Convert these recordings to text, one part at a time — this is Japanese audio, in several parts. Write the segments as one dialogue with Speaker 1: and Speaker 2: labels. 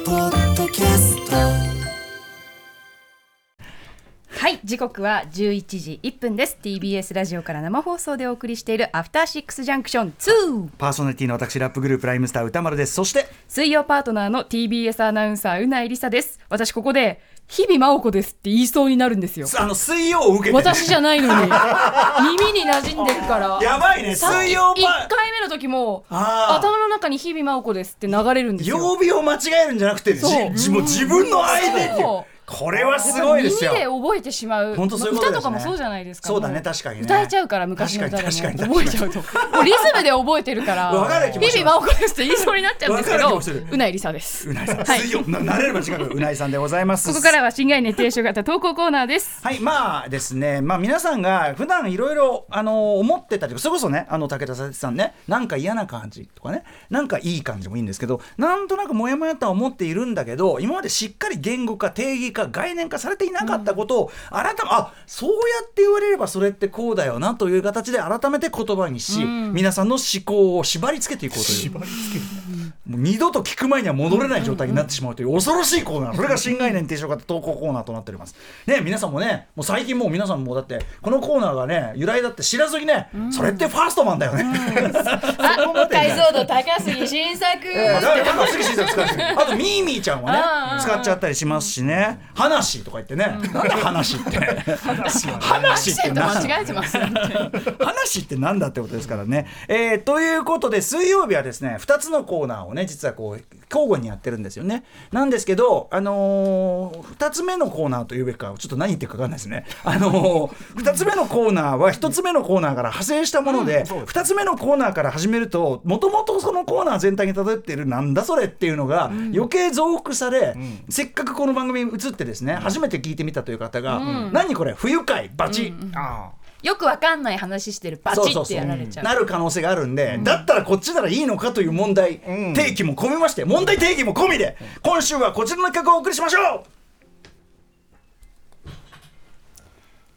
Speaker 1: TBS ポッドキャスト
Speaker 2: はい時刻は11時1分です TBS ラジオから生放送でお送りしているアフターシックスジャンクション2
Speaker 3: パーソナリティの私ラップグループライムスター歌丸ですそして
Speaker 2: 水曜パートナーの TBS アナウンサーうないりさです私ここで日々真央子ですって言いそうになるんですよ
Speaker 3: あの水曜を受けてね
Speaker 2: 私じゃないの に耳に馴染んでるから
Speaker 3: やばいね
Speaker 2: さっき
Speaker 3: 水曜
Speaker 2: 1
Speaker 3: パ
Speaker 2: 回目の時も
Speaker 3: あー
Speaker 2: 頭の中に日々真央子ですって流れるんですよ
Speaker 3: 曜日を間違えるんじゃなくてじ
Speaker 2: そう
Speaker 3: じもう自分のアイデンティティ
Speaker 2: そう
Speaker 3: これはすごいですよ
Speaker 2: 耳で覚えてしまう
Speaker 3: 本当そういうことで
Speaker 2: 歌と
Speaker 3: すね
Speaker 2: かもそうじゃないですか
Speaker 3: そうだね
Speaker 2: も
Speaker 3: 確かにね
Speaker 2: 歌えちゃうから昔の歌でも
Speaker 3: 確かに確か
Speaker 2: 覚え
Speaker 3: に
Speaker 2: ちゃうともうリズムで覚えてるから
Speaker 3: わかる気もします
Speaker 2: ビビ真央子ですって言いそうになっちゃうんですけ
Speaker 3: わかる気
Speaker 2: ど
Speaker 3: もする
Speaker 2: うないりさです
Speaker 3: うないさん、 水曜な慣れれば違ううないさんでございます
Speaker 2: ここからは新概念提唱型投稿コーナーです
Speaker 3: はい、まあですね、まあ皆さんが普段いろいろあの思ってたりとか、それこそね、あの武田ささんね、なんか嫌な感じとかね、なんかいい感じもいいんですけど、なんとなくモヤモヤとは思っているんだけど、今までしっかり言語化、定義化、概念化されていなかったことを改め、あ、そうやって言われればそれってこうだよなという形で改めて言葉にし、皆さんの思考を縛り付けていこうという。もう二度と聞く前には戻れない状態になってしまうという恐ろしいコーナー、それが新概念提唱型投稿コーナーとなっております。ね、皆さんもね、もう最近もう皆さんもだって、このコーナーがね、由来だって知らずにね、それってファーストマンだ よね。そこまでね
Speaker 2: 解像度高すぎ新作
Speaker 3: えーだから高杉晋作使ってるあとミーミーちゃんは
Speaker 2: あ
Speaker 3: ね
Speaker 2: ー
Speaker 3: 使っちゃったりしますしね「話」とか言ってね「なんだ話」って
Speaker 2: アク
Speaker 3: 話っ
Speaker 2: セ
Speaker 3: て
Speaker 2: ント
Speaker 3: 何
Speaker 2: 間違えてます
Speaker 3: 話ってなんだってことですからね。えーということで水曜日はですね2つのコーナーをね実はこう交互にやってるんですよね。なんですけど、あの2つ目のコーナーというべきかちょっと何言ってるか分かんないですね。あの2つ目のコーナーは1つ目のコーナーから派生したもので、2つ目のコーナーから始めるともともとそのコーナー全体に漂っているなんだそれっていうのが余計増幅され、せっかくこの番組に移ってですね初めて聞いてみたという方が「何これ不愉快バチ」あー
Speaker 2: よくわかんない話してるバチってやられちゃう
Speaker 3: なる可能性があるんで、だったらこっちならいいのかという問題、定義も込めまして問題定義も込みで今週はこちらの企画をお送りしましょ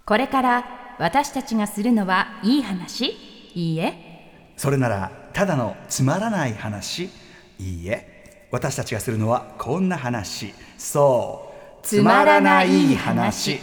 Speaker 2: これから私たちがするのはいい話いいえ
Speaker 3: うそれならただのつまらない話いいえ私たちがするのはこんな話そう
Speaker 2: つまらない話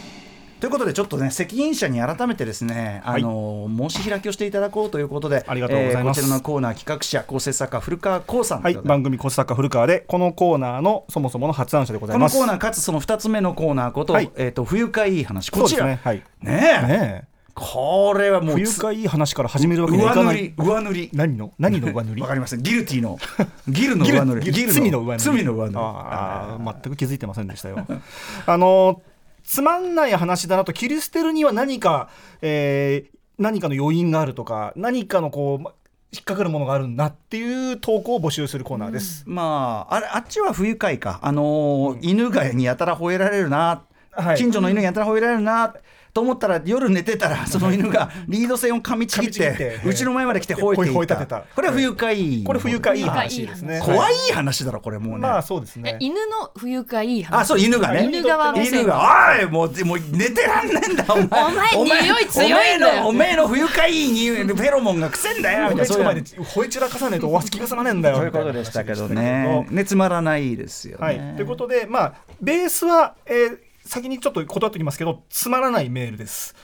Speaker 3: ということでちょっとね責任者に改めてですね、
Speaker 4: い
Speaker 3: あの申し開きをしていただこうということで
Speaker 4: ありがとうございます
Speaker 3: こちらのコーナー企画者構成作家古川光さん
Speaker 4: は
Speaker 3: で
Speaker 4: い、
Speaker 3: ございます
Speaker 4: 番組コスタッカ古川でこのコーナーのそもそもの発案者でござい
Speaker 3: この
Speaker 4: ます。
Speaker 3: コーナーかつその2つ目のコーナーこと,、
Speaker 4: はい
Speaker 3: えー、と不愉快いい話
Speaker 4: そう
Speaker 3: こ
Speaker 4: で
Speaker 3: ち
Speaker 4: す
Speaker 3: ら
Speaker 4: ね
Speaker 3: ね,、
Speaker 4: はい。
Speaker 3: え
Speaker 4: ね
Speaker 3: これは
Speaker 4: え、
Speaker 3: も
Speaker 4: 不
Speaker 3: う
Speaker 4: 愉
Speaker 3: つ
Speaker 4: 快いい話から始めるわけにはいか
Speaker 3: 上
Speaker 4: な
Speaker 3: 塗
Speaker 4: い
Speaker 3: り。上塗り
Speaker 4: 何の何の上塗り
Speaker 3: わ。かりませんギルティ のギルの上塗り
Speaker 4: ギル
Speaker 3: ギル
Speaker 4: 罪の上塗り。
Speaker 3: 罪の上塗り
Speaker 4: ああ、全く気づいてませんでしたよ。 あのつまんない話だなと切り捨てるには何か、えー何かの余韻があるとか何かのこうま引っかかるものがあるんだっていう投稿を募集するコーナーです。
Speaker 3: まああれあっちは不愉快かあのー犬がにやたら吠えられるな、
Speaker 4: はい
Speaker 3: 近所の犬にやたら吠えられるなと思ったら夜寝てたらその犬がリード線を噛みちぎっ
Speaker 4: 噛
Speaker 3: て
Speaker 4: みちぎって
Speaker 3: うちの前まで来て吠えてい
Speaker 4: 吠え
Speaker 3: た
Speaker 4: 立てた
Speaker 3: これは不愉快
Speaker 4: これ不愉快いい話
Speaker 2: いい
Speaker 4: です
Speaker 2: 話
Speaker 4: ね。
Speaker 3: 怖
Speaker 4: はい
Speaker 3: 話だろこれもうね、
Speaker 4: まあそうですね。
Speaker 2: 犬の不愉快いい話
Speaker 3: あ、そう、犬がね。
Speaker 2: 犬側目線
Speaker 3: 犬が、おい、もう、もう寝てらんねえんだ、お前。
Speaker 2: お前匂い強いんだよ
Speaker 3: お前の、お前の不愉快い匂い、フェロモンがくせんだよ、みたいな。
Speaker 4: そ
Speaker 3: そ
Speaker 4: こ
Speaker 3: うい
Speaker 4: ま
Speaker 3: う
Speaker 4: で
Speaker 3: の
Speaker 4: 吠え散らかさねえとおわす気が済まねえんだよ
Speaker 3: そういうことでしたけどね。ね、つまらないですよね。
Speaker 4: はい、ということで、まあ、ベースは、えー先にちょっと断っておきますけどつまらないメールです。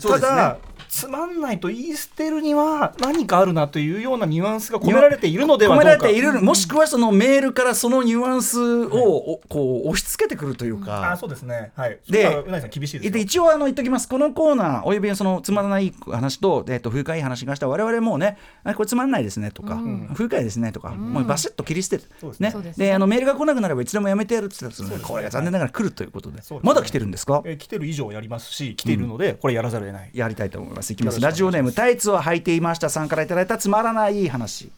Speaker 3: そう
Speaker 4: た
Speaker 3: ですね
Speaker 4: だつまんないと言い捨てるには何かあるなというようなニュアンスが込められているのでは
Speaker 3: 込
Speaker 4: どう
Speaker 3: め
Speaker 4: から
Speaker 3: れているもしくはそのメールからそのニュアンスをおこう押し付けてくるというか、
Speaker 4: あそうですねはい
Speaker 3: で
Speaker 4: そこはうなぎさん厳しいです
Speaker 3: で
Speaker 4: よ
Speaker 3: 一応あの言っときますこのコーナーおよびそのつまらない話と,、えっと不愉快い話に関しては我々もうねあこれつまらないですねとか、不愉快ですねとか、もうバシッと切り捨てる、
Speaker 4: そうですね
Speaker 3: ね
Speaker 2: そうです
Speaker 3: であのメールが来なくなればいつでもやめてやるって言ってたんですけどこれが残念ながら来るということで
Speaker 4: そうですね
Speaker 3: まだ来てるんですか
Speaker 4: えー来てる以上やりますし来ているので、これやらざるを得ない
Speaker 3: やりたいと思いますいきます
Speaker 4: よろ
Speaker 3: ラ
Speaker 4: し
Speaker 3: ジ
Speaker 4: くお
Speaker 3: オ
Speaker 4: 願いします
Speaker 3: ネームタイツを履いていましたさんからいただいたつまらない話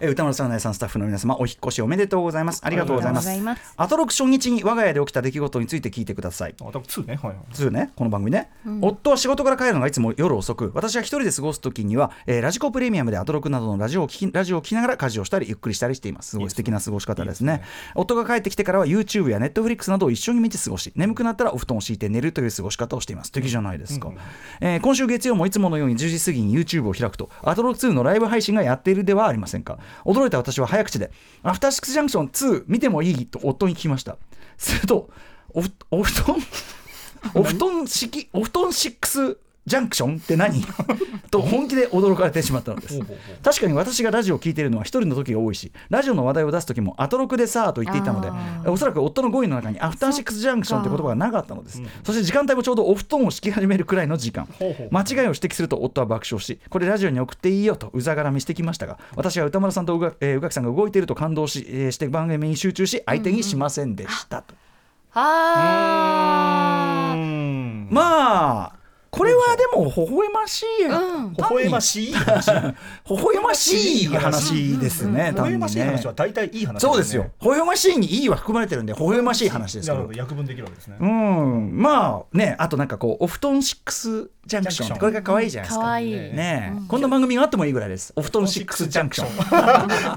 Speaker 3: えー歌丸さん、なえさん、スタッフの皆様、お引っ越しおめでとうございます。ありがとうございます。
Speaker 2: ありがとうございます
Speaker 3: アトロク初日に我が家で起きた出来事について聞いてください。
Speaker 4: あ、多分2ね。はいはい。
Speaker 3: そうね、この番組ね、夫は仕事から帰るのがいつも夜遅く私が一人で過ごす時には、えーラジコプレミアムでアトロクなどのラジオを聞きラジオを聞きながら家事をしたりゆっくりしたりしていますすごい素敵な過ごし方ですね夫が帰ってきてからは YouTube や Netflix などを一緒に見て過ごし眠くなったらお布団を敷いて寝るという過ごし方をしています敵じゃないですか、えー今週月曜もいつものように10時過ぎに YouTube を開くとアトロク2のライブ配信がやっているではありませんか驚いた私は早口で「アフターシックスジャンクション2見てもいい?」と夫に聞きましたするとおふお布団 お布団式お布団シックスジャンクションって何 と本気で驚かれてしまったのです確かに私がラジオを聞いているのは一人の時が多いしラジオの話題を出す時も「アトロクでさ」と言っていたので
Speaker 2: あ
Speaker 3: おそらく夫の語彙の中に「アフターシックスジャンクション」って言葉がなかったのですそして時間帯もちょうどお布団を敷き始めるくらいの時間
Speaker 4: ほうほう
Speaker 3: 間違いを指摘すると夫は爆笑しこれラジオに送っていいよとうざがらみしてきましたが私は歌丸さんと宇垣、えー宇垣さんが動いていると感動し、えーして番組に集中し相手にしませんでしたと。
Speaker 4: うー
Speaker 2: はあ
Speaker 4: ん
Speaker 3: まあこれはでも微笑ましい、
Speaker 2: うん
Speaker 4: 微笑ま
Speaker 3: し
Speaker 4: しい話。微
Speaker 3: い微笑ましい話ですね。単
Speaker 4: 笑
Speaker 3: にね
Speaker 4: ましい話は大体いい話だ
Speaker 3: そ
Speaker 4: よね
Speaker 3: うですよ。。微笑ましいにいいは含まれてるんで微笑ましい話ですけ
Speaker 4: なる
Speaker 3: ど
Speaker 4: ほど。。約分できるわけですね
Speaker 3: う。ん、まあねあとなんかこうお布団シックスジャンクションってこれが可愛いじゃないですか。
Speaker 2: 可愛い
Speaker 3: ねえ、こんな番組があってもいいぐらいです。お布団シックスジャンクション。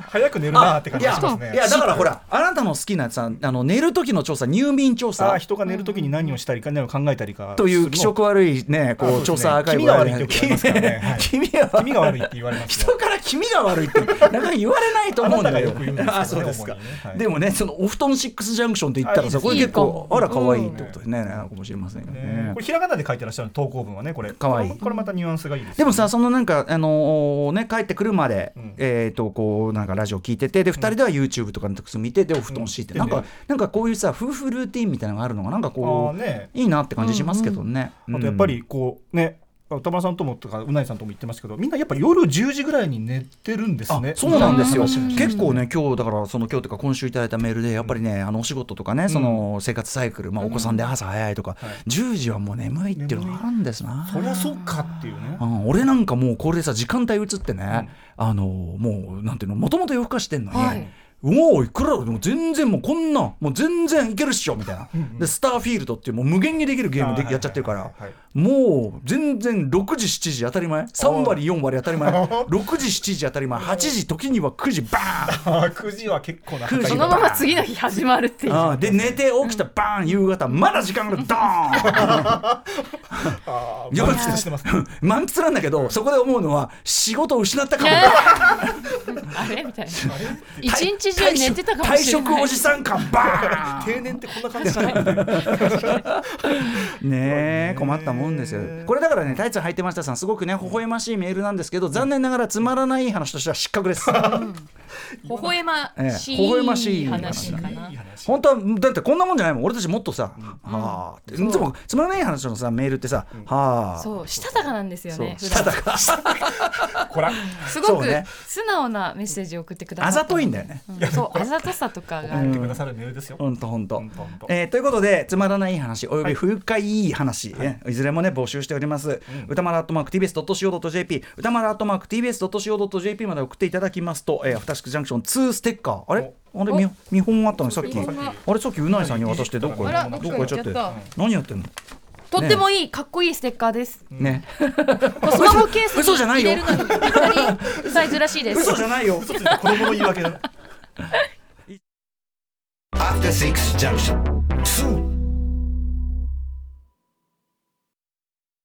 Speaker 4: 早く寝るなーって感じがします
Speaker 3: いや
Speaker 4: ね。
Speaker 3: だからほらあなたの好きなさあの寝る時の調査入眠調
Speaker 4: さ
Speaker 3: 査
Speaker 4: あ人が寝るときに何をしたりか何を考えたりか
Speaker 3: という気色悪いね
Speaker 4: あそう
Speaker 3: こ
Speaker 4: ですね
Speaker 3: う調査アーカイブ
Speaker 4: 気味が悪いってことありますからねはい
Speaker 3: 気味が悪い
Speaker 4: 君が悪いって言われますよ
Speaker 3: 人から気味が悪いってなかなか言われないと思うんだけ ど
Speaker 4: あなたがよく言うんですよね
Speaker 3: あそうですか
Speaker 4: 主にねはい
Speaker 3: でもねそのお布団シックスジャンクションって言ったら
Speaker 4: あ
Speaker 3: さ
Speaker 4: いいです
Speaker 3: これ結構
Speaker 2: いいか
Speaker 3: あら可愛いってことですねなんかもしれませんよ
Speaker 4: ね
Speaker 3: ね
Speaker 4: これひらがなで書いてらっしゃる投稿文はねこれ
Speaker 3: かわいい
Speaker 4: これこれまたニュアンスがいいです
Speaker 3: で
Speaker 4: よ
Speaker 3: もさそのなんかあのーね帰ってくるまで
Speaker 4: うん
Speaker 3: えっとこうなんかラジオ聞いててで二人では YouTube とかの特集見てでお布団敷いて
Speaker 4: うん
Speaker 3: なんかなんかこういうさ夫婦ルーティンみたいなのがあるのがなんか
Speaker 4: あ
Speaker 3: こ
Speaker 4: ー
Speaker 3: う
Speaker 4: ね
Speaker 3: いいなって感じしますけどね
Speaker 4: あとやっぱりこうね歌丸さんともとかうないさんとも言ってますけどみんなやっぱ夜10時ぐらいに寝てるんです
Speaker 3: あ
Speaker 4: ね
Speaker 3: そうなんですよ
Speaker 4: 話も聞きました
Speaker 3: 結構ね今日だからその今日とか今週いただいたメールでやっぱりねあのお仕事とかねその生活サイクルまあお子さんで朝早いと
Speaker 4: は
Speaker 3: か
Speaker 4: い
Speaker 3: 10時はもう眠いっていうのがあるんですな
Speaker 4: そりゃそっかっていうね
Speaker 3: うん俺なんかもうこれでさ時間帯移ってねあのもうなんていうのもともと夜更かしてんのに
Speaker 2: はい
Speaker 3: もういくらでも全然もうこんなんもう全然いけるっしょみたいなでスターフィールドっていうもう無限にできるゲー
Speaker 4: あ
Speaker 3: ム
Speaker 4: ー
Speaker 3: でやっちゃってるか
Speaker 4: は
Speaker 3: ら
Speaker 4: いはい
Speaker 3: もう全然6時7時当たり前3割4割当たり前6時7時当たり前8時時には9時バーン
Speaker 4: あー9時は結構な
Speaker 3: 9時
Speaker 2: そのまま次の日始まるっていう
Speaker 3: ああで寝て起きたバーン夕方まだ時間がド
Speaker 4: あ
Speaker 3: い
Speaker 4: ー
Speaker 3: や
Speaker 4: 満喫してますね
Speaker 3: ーン満喫なんだけどそこで思うのは仕事を失ったかも
Speaker 2: ねあれみたいな 一日中寝てたかも
Speaker 3: 退
Speaker 2: しれ
Speaker 3: 職
Speaker 2: ない
Speaker 3: 退職おじさん感バー
Speaker 4: 定年ってこんな感じじゃないんだよ
Speaker 3: ンねえ困ったもんですよこれだからねタイツ履いてましたさんすごくね微笑ましいメールなんですけど残念ながらつまらない話としては失格です
Speaker 2: 微笑まし
Speaker 3: ええ微笑まし
Speaker 2: い
Speaker 3: い
Speaker 2: 話かな。
Speaker 3: 本当はだってこんなもんじゃないもん俺たちもっとさ「はあ」ってでもつまらない話のさメールってさ「はあ」
Speaker 2: そう、したたかなんですよね。
Speaker 3: そう
Speaker 2: 普段
Speaker 4: こら
Speaker 2: すご
Speaker 3: そう
Speaker 2: く
Speaker 3: ね
Speaker 2: 素直なメッセージを送ってくださ
Speaker 3: あ
Speaker 2: った
Speaker 3: ざといんだよね
Speaker 2: うんそう、あざとさとかがあ
Speaker 4: 言
Speaker 2: る
Speaker 4: ってくださるメールですよ
Speaker 3: ほんとほんと
Speaker 4: ほんとほんと。
Speaker 3: えーということで、つまらない話、および不愉快いい話、ねい、ずれもね、募集しております。歌丸アットマーク TBS.CO.JP、歌丸アットマーク TBS.CO.JP まで送っていただきますと、えーアフターシックスジャンクション2ステッカー。あれあれ見見本あったのさっき。
Speaker 2: 見本が
Speaker 3: あれさっきうないさんに渡してどっか
Speaker 4: あ
Speaker 3: 行
Speaker 4: ら
Speaker 3: どっか行っちゃっ
Speaker 2: ど
Speaker 3: て
Speaker 2: っか行っちゃっ。
Speaker 3: 何やってんの
Speaker 2: とってもいい、かっこいいステッカーです。
Speaker 3: ね。
Speaker 2: こうスマホケースに
Speaker 3: 嘘じゃな
Speaker 2: 入
Speaker 3: いよ
Speaker 2: れるのにぴったりサイズらしいです。
Speaker 3: ゃないよ。
Speaker 4: 子供の言い訳だ
Speaker 5: After Six Junction 2